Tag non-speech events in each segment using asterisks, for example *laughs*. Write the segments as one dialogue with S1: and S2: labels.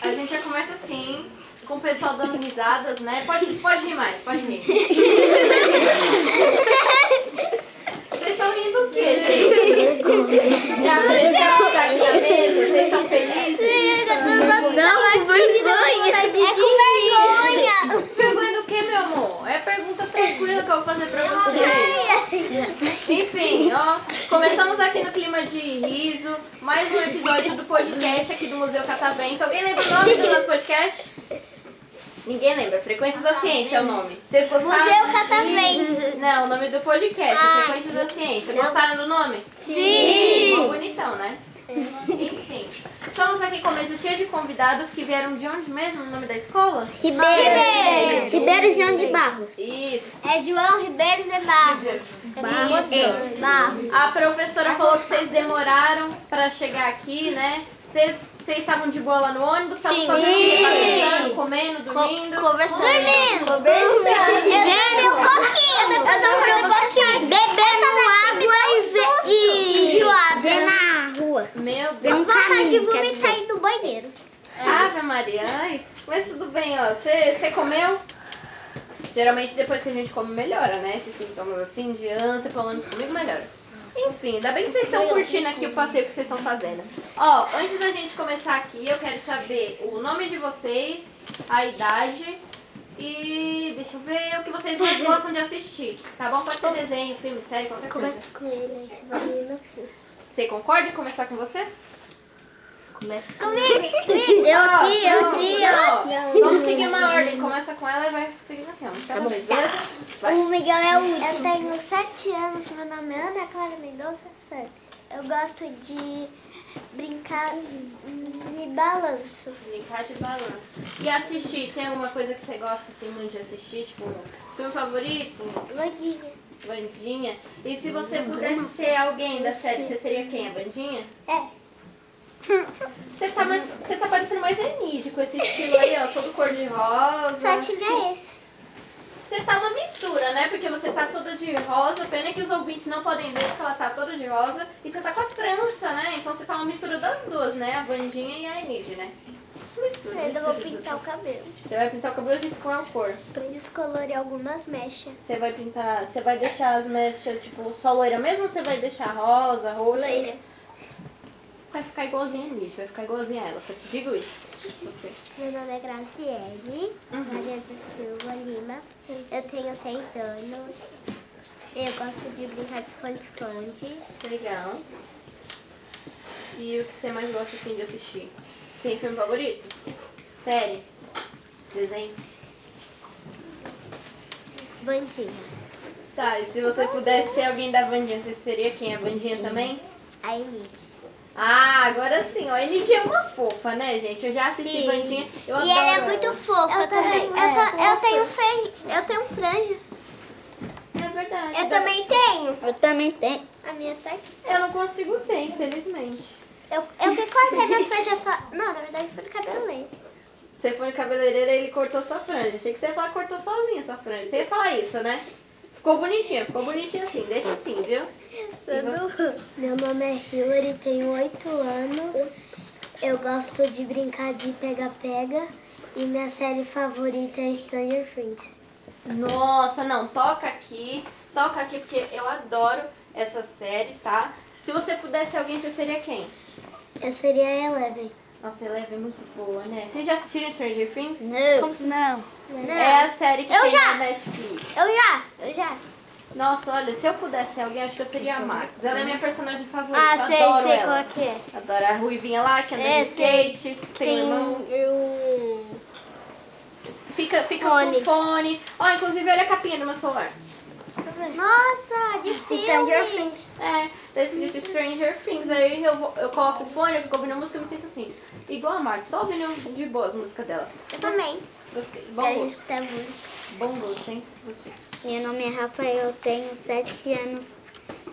S1: A gente já começa assim, com o pessoal dando risadas, né? Pode, pode rir mais, pode rir. Vocês estão rindo do quê, gente? É a pressão que tá aqui na mesa? Vocês estão felizes?
S2: É Não, com vergonha. É com vergonha.
S1: Vergonha do quê, meu amor? É a pergunta tranquila que eu vou fazer pra vocês. Enfim, ó, começamos aqui no clima de riso, mais um episódio do podcast aqui do Museu Catavento. Alguém lembra o nome do nosso podcast? Ninguém lembra, Frequências da Ciência é o nome. Vocês gostaram?
S2: Museu é Catavento.
S1: Não, o nome do podcast,
S2: Ah.
S1: Frequências da Ciência. Gostaram do nome?
S2: Sim. É.
S1: Ficou bonitão, né? Enfim, estamos aqui com uma mesa cheia de convidados que vieram de onde mesmo, o nome da escola?
S2: Ribeiro. Ribeiro João de Barros.
S1: Isso,
S2: É João Ribeiro de Barros.
S1: isso.
S2: É, Barros.
S1: A professora falou que vocês demoraram pra chegar aqui, né? Vocês vocês estavam de boa lá no ônibus? Estavam fazendo o quê? Passeando, comendo, dormindo?
S2: Conversando. Dormindo. Conversando. Bebe um pouquinho. Eu tô um pouquinho. Bebendo água e ve- e um enjoada. Vê na rua.
S1: Meu Deus.
S2: Deu vontade de vomitar e ir no banheiro.
S1: É. Ave Maria, ai. Mas tudo bem, ó. Você comeu? Geralmente depois que a gente come melhora, né? Esses sintomas assim de ânsia, pelo menos comigo melhora. Enfim, ainda bem que vocês estão curtindo aqui o passeio que vocês estão fazendo. Ó, antes da gente começar aqui, eu quero saber o nome de vocês, a idade e deixa eu ver o que vocês mais gostam de assistir. Tá bom? Pode ser desenho, filme, série, qualquer coisa.
S2: com ele, esse menino assim.
S1: Você concorda em começar com você?
S2: Começa comigo. Eu aqui, eu aqui, eu
S1: Vamos seguir uma ordem. Começa com ela e vai seguindo assim, ó. de Cada vez, beleza?
S2: O Miguel é o último. Eu tenho 7 anos, meu nome é Ana Clara Mendonça Santos. Eu gosto de brincar de balanço.
S1: Brincar de balanço. E assistir, tem alguma coisa que você gosta assim muito de assistir? Tipo, filme favorito?
S2: Loguinha.
S1: Bandinha? E se você pudesse ser alguém da série, você seria quem? A bandinha?
S2: É.
S1: Você tá, mais, você tá parecendo mais Enid com esse estilo aí, ó. Todo cor de rosa.
S2: Satinho é esse.
S1: Você tá uma mistura, né? Porque você tá toda de rosa. Pena que os ouvintes não podem ver que ela tá toda de rosa. E você tá com a trança, né? Então você tá uma mistura das duas, né? A bandinha e a Enid, né? Mistura.
S2: Eu vou
S1: mistura.
S2: pintar o cabelo.
S1: Você vai pintar o cabelo de qual cor?
S2: Pra descolorir algumas mechas.
S1: Você vai pintar, você vai deixar as mechas, tipo, só loira mesmo ou você vai deixar rosa, roxa?
S2: Loira.
S1: Vai ficar igualzinha a Nietzsche, vai ficar igualzinha a ela, só te digo isso. Você.
S2: Meu nome é Graciele Maria do Silva Lima. Eu tenho 6 anos. Eu gosto de brincar de esconde-esconde.
S1: Legal. E o que você mais gosta, assim, de assistir? Tem filme favorito? Série? Desenho?
S2: Bandinha.
S1: Tá, e se você pudesse ser alguém da Bandinha, você seria quem? A Bandinha também?
S2: Aí, Nick.
S1: Ah, agora sim, ó. A Nidia é uma fofa, né, gente? Eu já assisti
S2: Sim.
S1: Bandinha, eu adoro
S2: E ela é muito fofa
S3: Eu também. Eu, ta- eu tenho fran... eu tenho franja.
S1: É verdade.
S2: Eu também tenho.
S3: Eu também tenho.
S2: A minha tá aqui.
S1: Eu não consigo ter, infelizmente.
S2: Eu, eu que cortei minha franja só. Não, na verdade foi do cabeleireiro.
S1: Você foi no cabeleireiro e ele cortou sua franja. Achei que você ia falar que cortou sozinha sua franja. Você ia falar isso, né? Ficou bonitinha, ficou bonitinha assim. Deixa assim, viu? E você?
S2: Meu nome é Hilary, tenho 8 anos. Eu gosto de brincar de pega-pega. E minha série favorita é Stranger Things.
S1: Nossa, não. Toca aqui. Toca aqui porque eu adoro essa série, tá? Se você pudesse ser alguém, você seria quem?
S2: Eu seria a Eleven.
S1: Nossa, ela é muito boa, né? Vocês já assistiram Stranger Things?
S3: Como se não?
S1: É a série que
S2: Eu
S1: tem
S2: já.
S1: na Netflix.
S2: Eu já, eu já.
S1: Nossa, olha, se eu pudesse ser alguém, acho que eu seria a Max. Ela é minha personagem favorita. eu adoro
S3: Ah, sei
S1: ela.
S3: que é.
S1: Adoro a ruivinha lá que anda
S3: É,
S1: de skate. Tem, um irmão.
S3: um...
S1: Fica, fica com fone. Ó, inclusive, olha a capinha do meu celular.
S2: Nossa, de filme.
S3: Stranger Things.
S1: É, tá escrito Stranger Things. Aí eu, vou- eu coloco o fone, eu fico ouvindo a música e me sinto assim. Igual a Max, só ouvindo de boa as músicas dela.
S2: Eu também.
S1: Gostei.
S3: É
S1: Bom gosto.
S2: está muito.
S1: Bom gosto, hein? Gostei.
S2: Meu nome é Rafael, eu tenho 7 anos.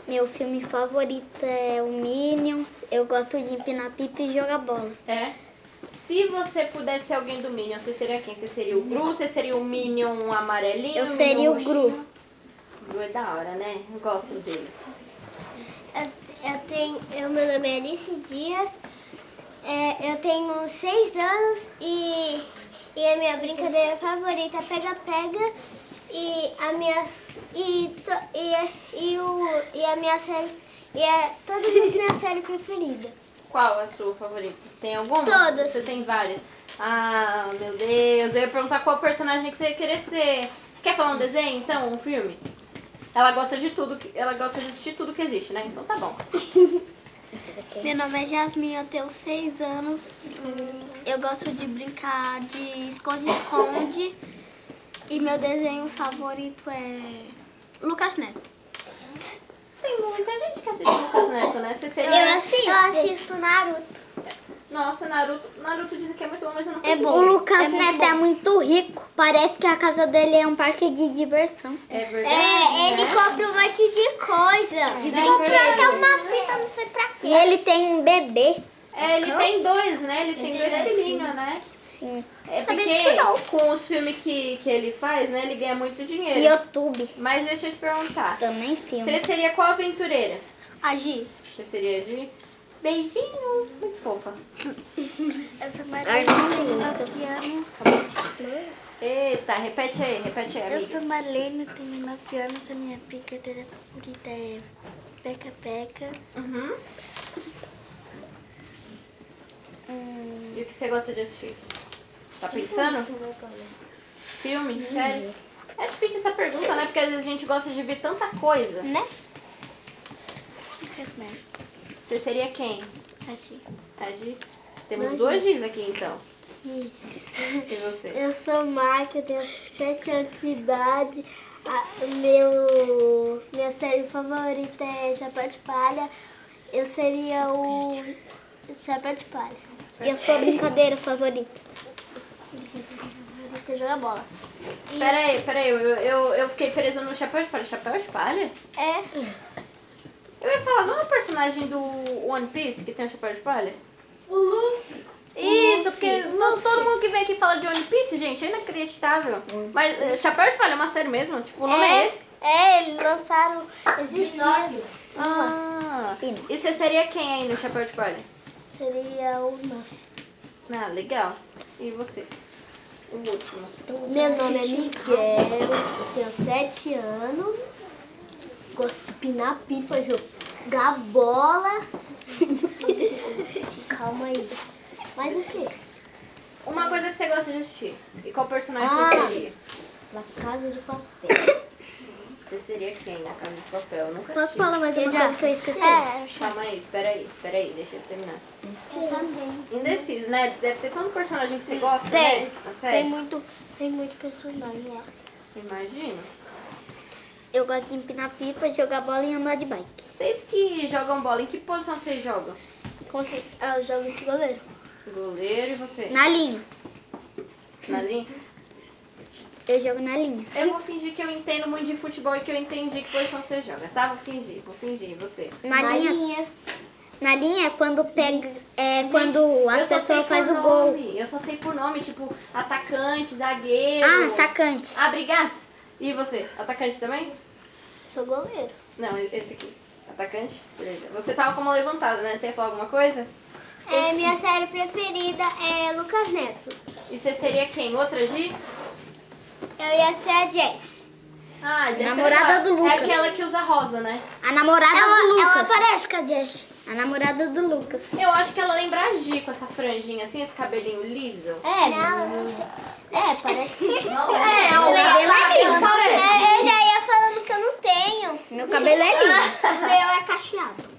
S2: Meu filme favorito é o Minions. Eu gosto de empinar pipa e jogar bola.
S1: É. se você pudesse ser alguém do Minion, você seria quem? Você seria o Gru? Você seria o Minion um amarelinho?
S3: Eu
S1: Minion
S3: seria o
S1: roxinho?
S3: Gru.
S1: O Gru é da hora, né? Eu gosto dele.
S2: Eu, eu tenho, eu, meu nome é Alice Dias, é, eu tenho seis anos e, e a minha brincadeira favorita é pega-pega e a minha e, to- e, e, o, e a minha série e é todas as minhas séries preferidas.
S1: Qual é a sua favorita? Tem alguma?
S2: Todas.
S1: Você tem várias. Ah, meu Deus. Eu ia perguntar qual personagem que você ia querer ser. Quer falar um desenho, então? Um filme? Ela gosta de tudo. que- Ela gosta de assistir tudo que existe, né? Então tá bom.
S3: Meu nome é Jasmin, eu tenho 6 anos. Eu gosto de brincar de esconde-esconde. E meu desenho favorito é Lucas Neto.
S1: Tem muita gente que assiste Lucas Neto, né? Você seria...
S2: assisto. Eu assisto Naruto.
S1: Nossa, Naruto... Naruto dizem que é muito bom, mas eu não
S3: É
S1: consigo.
S3: bom. O Lucas Neto é muito rico. Parece que a casa dele é um parque de diversão.
S1: É verdade,
S2: É, ele
S1: né?
S2: compra um monte de coisa.
S1: Né?
S2: Comprou até uma fita, não sei pra quê.
S3: E ele tem um bebê.
S1: É, ele tem dois, né? Ele tem dois filhinhos, né?
S3: Sim.
S1: É
S3: Sabia
S1: porque
S3: disso não.
S1: com os filmes que, que ele faz, né? Ele ganha muito dinheiro.
S3: YouTube.
S1: Mas deixa eu te perguntar.
S3: Também filme.
S1: Você seria qual aventureira?
S3: Agir.
S1: Você seria de... Beijinhos. Muito fofa.
S2: Eu sou Mariana, tenho 9 anos.
S1: Eita, repete aí, repete aí,
S2: Eu
S1: amiga.
S2: sou Marlene, tenho 9 anos. A minha brincadeira favorita é peca-peca.
S1: Uhum.
S2: Hum,
S1: E o que você gosta de assistir? Tá pensando? Filme? Série? É difícil essa pergunta, né? Porque às vezes a gente gosta de ver tanta coisa.
S3: Né?
S2: Lucas Neto,
S1: Você seria quem?
S2: assim.
S1: A Gi? Temos dois Gis aqui, então. E você?
S2: Eu sou Mark, eu tenho 7 anos de idade. A- meu, minha série favorita é Chapéu de Palha. Eu seria o Chapéu de Palha.
S3: E a sua brincadeira favorita?
S2: Você joga bola.
S1: Pera aí, pera aí. Eu, eu, eu fiquei presa no chapéu de palha. Chapéu de palha?
S2: É,
S1: Eu ia falar, não é o personagem do One Piece que tem o chapéu de palha?
S2: o Luffy.
S1: Isso, porque to- todo mundo que vem aqui fala de One Piece, gente, é inacreditável. Mas eh, Chapéu de Palha é uma série mesmo? Tipo, o nome é, esse?
S2: É, eles lançaram esses dias.
S1: Ah,
S3: Sim.
S1: e você seria quem aí no Chapéu de Palha?
S2: Seria o
S1: Ah, legal. E você? O último.
S2: Meu nome é Miguel, tenho 7 anos. Gosto de pinar pipa, jogar bola. *laughs* Calma aí. Mais o quê?
S1: Uma coisa que você gosta de assistir. E qual personagem você
S2: Ah.
S1: seria?
S2: Na casa de papel.
S1: Você seria quem na Casa de Papel? Eu nunca
S3: Posso
S1: assisti.
S3: falar mais uma coisa que eu esqueci?
S2: É,
S1: Calma aí, espera aí, espera aí, deixa eu terminar.
S2: Eu também.
S1: Indeciso, né? Deve ter tanto personagem que você gosta,
S2: Tem.
S1: né? Na
S2: Tem
S1: série?
S2: muito, tem muito personagem lá.
S1: Imagino.
S3: Eu gosto de empinar pipa, jogar bola e andar de bike.
S1: Vocês que jogam bola, em que posição vocês jogam?
S2: Ah, eu jogo de goleiro.
S1: Goleiro e você?
S3: Na linha.
S1: Na linha?
S3: Eu jogo na linha.
S1: Eu vou fingir que eu entendo muito de futebol e que eu entendi que posição você joga, tá? Vou fingir, vou fingir, e você.
S3: Na, linha, Na linha é quando pega. É quando a
S1: eu só sei
S3: pessoa
S1: por
S3: faz o gol.
S1: nome, Eu só sei por nome, tipo, atacante, zagueiro.
S3: Ah, atacante.
S1: Ah, obrigada. E você, atacante também?
S2: Sou goleiro.
S1: Não, esse aqui. Atacante? Beleza. Você tava com uma levantada, né? Você ia falar alguma coisa?
S2: É, minha série preferida é Lucas Neto.
S1: E você seria quem? Outra G?
S2: Eu ia ser a Jess.
S1: Ah, Jessica
S3: Namorada do
S1: É
S3: Lucas.
S1: aquela que usa rosa, né?
S3: A
S2: Ah,
S3: namorada do Lucas.
S2: parece com a Jess.
S3: A namorada do Lucas.
S1: Eu acho que ela lembra a G com essa franjinha assim, esse cabelinho liso.
S2: É, É, parece.
S1: É, é o
S3: cabelo é liso.
S1: parece.
S2: É, eu já ia falando que eu não *laughs* tenho.
S3: *laughs* Meu cabelo é liso.
S2: O meu é cacheado.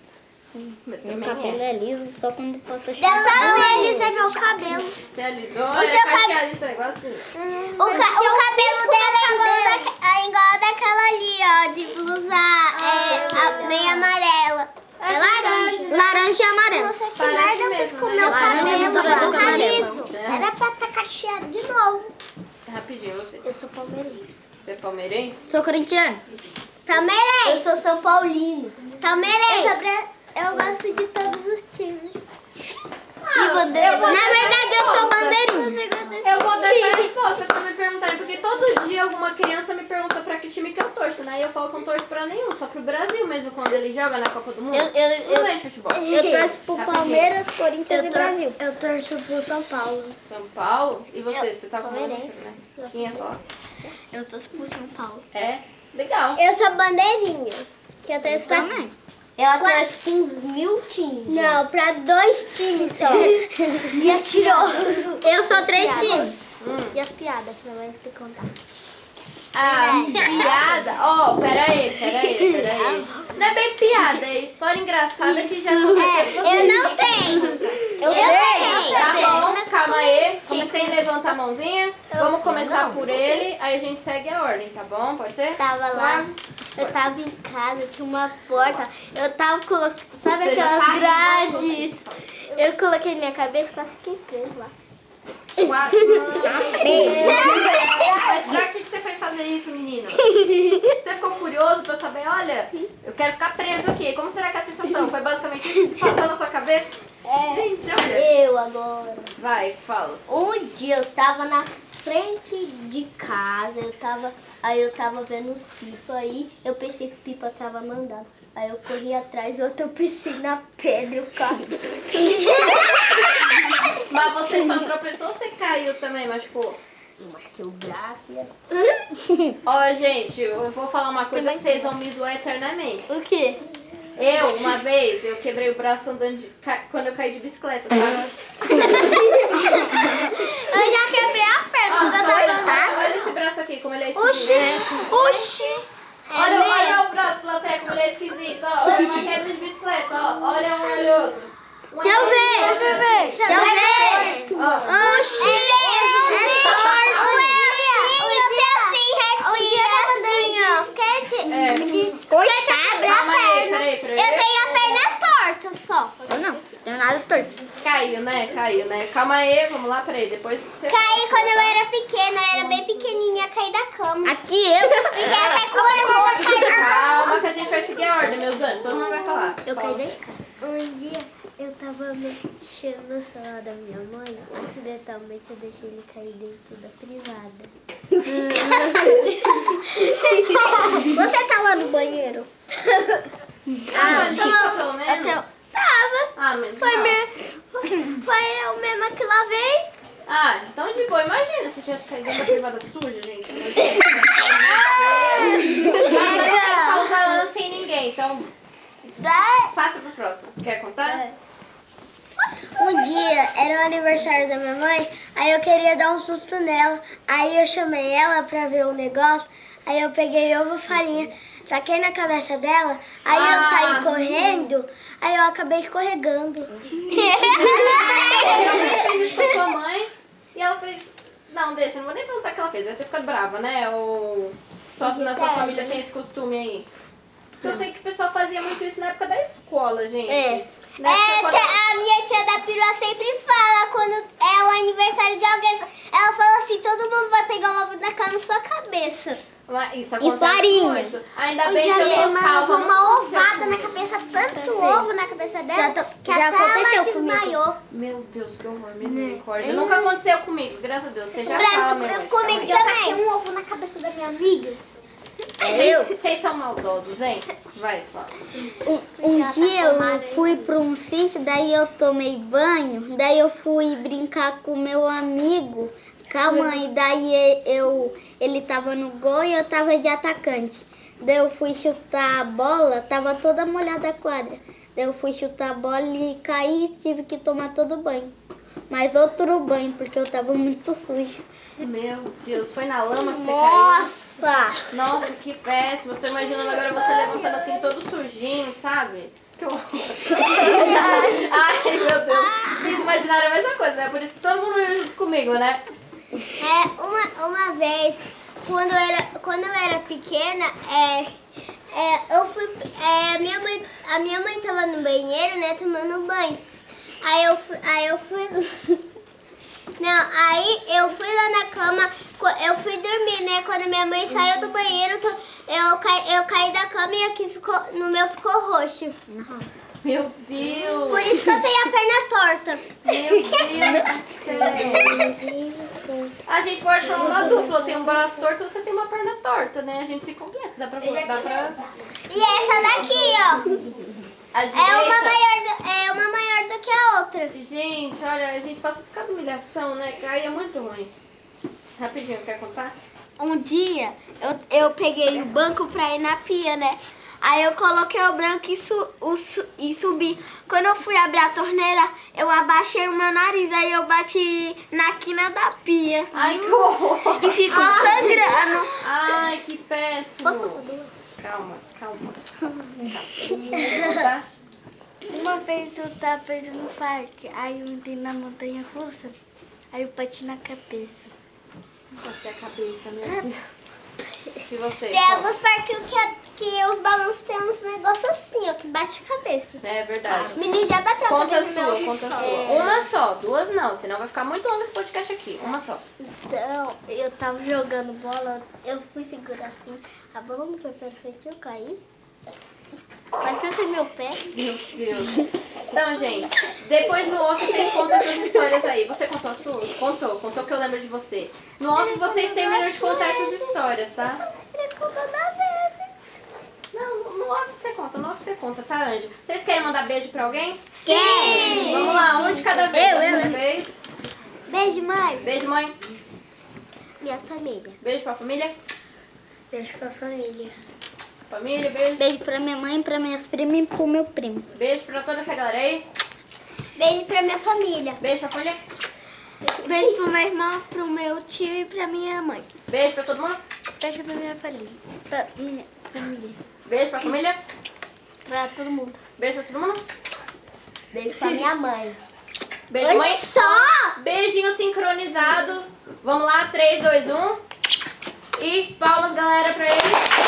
S1: Mas
S3: Meu
S1: também
S3: cabelo
S1: é.
S3: é liso, só quando passa
S2: Dá
S3: chuva.
S2: pra não alisar meu cabelo.
S1: Você alisou,
S2: O
S1: é
S2: seu cabe-
S1: cacheado esse negócio assim.
S2: O, ca- Uhum. o cabelo dela é igual, da- é igual daquela ali, ó, de blusa
S3: Ah,
S2: é, a- meio amarela.
S1: É laranja.
S3: Laranja e amarelo.
S2: Nossa, que
S1: Parece
S2: merda eu fiz
S1: mesmo,
S2: com o
S1: né?
S2: meu
S3: Laranja
S2: cabelo,
S3: misturada
S2: não
S3: com
S2: tá
S3: amarelo.
S2: liso.
S1: É.
S2: Era pra estar cacheado de novo.
S1: Rapidinho, você.
S2: Eu sou palmeirense.
S1: Você é palmeirense?
S3: Sou corintiano.
S2: Palmeirense! Eu sou São Paulino. Palmeirense! Eu, gosto de todos os times.
S1: Ah, eu vou...
S2: Na verdade, sou
S1: resposta.
S2: bandeirinha.
S1: Eu vou dar essa resposta quando me perguntarem, porque todo dia alguma criança me pergunta pra que time que eu torço, né? E eu falo que eu não torço pra nenhum, só pro Brasil mesmo quando ele joga na Copa do Mundo.
S4: Eu- eu- eu-
S1: não vejo futebol.
S4: Eu torço pro
S1: Rapidinho.
S4: Palmeiras, Corinthians e
S2: Eu, tor
S4: Brasil.
S2: eu torço pro São Paulo.
S1: São Paulo? E você? Você tá com medo?
S4: Palmeirense.
S1: né? Quem ia falar?
S3: Eu torço pro São Paulo.
S1: É? Legal.
S2: Eu sou bandeirinha. Que eu torço pra...
S4: Ela torce com uns mil times.
S2: *laughs* Não, pra dois times só.
S4: E atiroso.
S2: Eu sou três times.
S4: *laughs*
S1: Hum.
S4: E as piadas, minha mãe te contar.
S1: Ah, piada. Ó, oh, pera aí, pera aí, pera aí. Não é bem piada, é história engraçada que já não vai ser
S2: Eu não tenho. Eu, tenho.
S1: Tá bom, calma aí. Quem tem, levanta a mãozinha. Vamos começar por ele, aí a gente segue a ordem, tá bom? Pode ser?
S4: Tava lá, eu tava em casa, tinha uma porta. Eu tava colocando, sabe
S1: Você já tá
S4: aquelas
S1: rindo,
S4: grades? Eu coloquei minha cabeça e quase fiquei preso lá.
S1: Quatro. Mas pra que que você foi fazer isso, menino? Você ficou curioso pra eu saber, olha, eu quero ficar preso aqui. Como será que é a sensação? Foi basicamente isso que se passou na sua cabeça? É. Gente, olha.
S4: Eu agora.
S1: Vai, fala.
S4: Um dia eu tava na frente de casa, eu tava, aí eu tava vendo os pipa aí, eu pensei que o pipa tava mandando. Aí eu corri atrás, eu tropecei na pedra, eu caí.
S1: Mas você só tropeçou ou você caiu também, machucou?
S4: Eu machuquei assim, o braço. e-
S1: Ó, gente, eu vou falar uma coisa que vocês vão me zoar eternamente.
S4: O quê?
S1: Eu, uma vez, eu quebrei o braço andando de, ca- quando eu caí de bicicleta, sabe?
S2: Eu já quebrei a perna. você tá
S1: olha,
S2: contando?
S1: olha esse braço aqui, como ele é esquisito.
S2: Oxi. Oxi.
S1: Olha, olha o braço, plateia, como ele é esquisito. Ó, olha uma queda de bicicleta, ó. Olha um, olha outro. Um
S2: Deixa eu
S1: olha
S2: ver.
S1: outro.
S2: Deixa eu ver.
S1: Ó,
S2: Oxi. assim, é
S1: É. calma aí, peraí, peraí.
S2: Só. Eu não, eu nada torto.
S1: Caiu, né? Caiu, né? Calma aí, vamos lá, peraí. Depois você...
S2: Caí quando eu era pequena, eu era bem pequenininha, caí da cama. Aqui eu? *laughs* Fiquei até com
S1: Calma que a gente vai seguir a ordem, meus anjos. Todo mundo vai falar.
S4: Eu caí da
S1: Pausa.
S4: escada.
S2: Um dia eu tava mexendo no celular da minha mãe, acidentalmente eu deixei ele cair dentro da privada. *laughs* Você tá lá no banheiro?
S1: Ah, limpa pelo menos?
S2: Tava.
S1: Ah, menos
S2: Foi,
S1: mal.
S2: me... Foi eu mesma que lavei.
S1: Ah, então de boa. Imagina se tivesse caído na privada suja,
S2: *laughs*
S1: gente.
S2: Ah.
S1: Não tem que causar ânsia em ninguém, então
S2: Ah.
S1: passa pro próximo. Quer contar?
S2: Um dia era o aniversário da minha mãe, aí eu queria dar um susto nela. Aí eu chamei ela pra ver o negócio, aí eu peguei ovo farinha, taquei na cabeça dela, aí
S1: Ah.
S2: eu saí correndo, aí eu acabei *laughs* escorregando.
S1: Realmente fez isso com sua mãe e ela fez... Não, deixa, não vou nem perguntar o que ela fez. Deve ter ficado brava, né? Ou só
S2: Uhum.
S1: na sua
S2: Tá.
S1: família tem esse costume aí. Porque eu sei que o pessoal fazia muito isso na época da escola, gente.
S2: É. tá.
S1: Na época quando-
S2: a minha tia da perua sempre fala quando é o aniversário de alguém. Ela fala assim: todo mundo vai pegar um ovo na cara na sua cabeça.
S1: Mas Isso acontece
S2: farinha. Um
S1: muito. Ainda
S2: E
S1: bem que eu
S2: minha
S1: tô
S2: irmã
S1: salva.
S2: levou
S1: não
S2: uma
S1: aconteceu
S2: ovada na
S1: comigo.
S2: cabeça, tanto um ovo na cabeça dela, que
S4: já
S2: até
S4: aconteceu
S2: ela
S4: comigo.
S2: desmaiou.
S1: Meu Deus, que horror, misericórdia. Nunca aconteceu comigo, graças a Deus. Você já
S2: Pra-
S1: fala, minha mãe.
S2: comigo Né? É. eu taquei um ovo na cabeça da minha amiga. Eu?
S1: Vocês são maldosos, hein? Vai, fala.
S4: Um, um dia eu fui pra um sítio, daí eu tomei banho, daí eu fui brincar com meu amigo. Calma, e daí eu ele tava no gol e eu tava de atacante. Daí eu fui chutar a bola, tava toda molhada a quadra. Daí eu fui chutar a bola e caí e tive que tomar todo o banho. Mas outro banho, porque eu tava muito sujo.
S1: Meu Deus, foi na lama que você
S4: Nossa!
S1: caiu? Nossa, que péssimo. Eu tô imaginando agora você levantando assim, todo sujinho, sabe? Que horror. *laughs* Ai, meu Deus. Vocês imaginaram a mesma coisa, né? Por isso que todo mundo veio junto comigo, né?
S2: É, uma, uma vez, quando eu era, quando eu era pequena, é, é, eu fui. É, a, minha mãe, a minha mãe tava no banheiro, né, tomando banho. Aí eu fui. Aí eu fui. *laughs* Não, aí eu fui lá na cama, co- eu fui dormir, né? Quando minha mãe saiu do banheiro, eu, to- eu, caí, eu caí da cama e aqui ficou, no meu ficou roxo.
S1: Meu Deus!
S5: Por é? isso que eu tenho a perna torta.
S1: Meu Deus do céu! A gente pode formar uma dupla. Eu tenho um braço torto, você tem uma perna torta, né? A gente se completa. Dá pra... Dá pra...
S5: E essa daqui, ó.
S1: A
S5: É uma
S1: direita...
S5: maior, do- é uma maior do que a outra.
S1: Gente, olha, a gente passou por causa da humilhação, né? Ai, é muito ruim. Rapidinho, quer contar?
S4: Um dia eu, eu peguei o banco pra ir na pia, né? Aí eu coloquei o branco e, su, o su- e subi. Quando eu fui abrir a torneira, eu abaixei o meu nariz, aí eu bati na quina da pia.
S1: Ai, que horror!
S4: E ficou sangrando.
S1: Ai, que péssimo! Calma, calma. Tá?
S2: Uma vez eu tava preso no um parque, aí eu entrei na montanha russa, aí eu bati na cabeça.
S1: Até a cabeça, meu Deus. E você?
S5: Tem alguns parques que, a- que os balanços têm uns negócios assim, ó, que bate a cabeça.
S1: É verdade.
S5: Menino, já bateu
S1: Conta a
S5: cabeça na
S1: sua, conta a
S5: escola.
S1: sua. Uma só, duas não, senão vai ficar muito longo esse podcast aqui. Uma só.
S2: Então, eu tava jogando bola, eu fui segurar assim, a bola não foi pra frente, eu caí. Mas cansei meu pé.
S1: Meu Deus. Então, gente, depois no off vocês contam suas histórias aí. Você contou a sua? Contou, contou que eu lembro de você. No off vocês terminam de contar essas histórias, tá?
S5: Ele comprou da neve.
S1: Não, no off você conta, no off você conta, tá, Anjo? Vocês querem mandar beijo pra alguém?
S5: Quem?
S1: Vamos lá, um de cada vez. um de cada vez.
S5: Beijo, mãe.
S1: Beijo, mãe.
S5: Minha família.
S1: Beijo pra família.
S5: Beijo pra família.
S1: Família, beijo.
S6: Beijo pra minha mãe, pra minhas primas e pro meu primo.
S1: Beijo pra toda essa galera aí.
S5: Beijo pra minha família.
S1: Beijo pra família.
S4: Beijo pro meu irmão, pro meu tio e pra minha mãe.
S1: Beijo pra todo mundo.
S2: Beijo pra minha família. Pra minha família.
S1: Beijo pra família.
S2: Pra todo mundo.
S1: Beijo pra todo mundo.
S5: Beijo pra minha mãe.
S1: Beijo, mãe.
S5: Hoje só!
S1: Beijinho sincronizado. Vamos lá, 3, 2, 1. E palmas, um. galera, pra ele.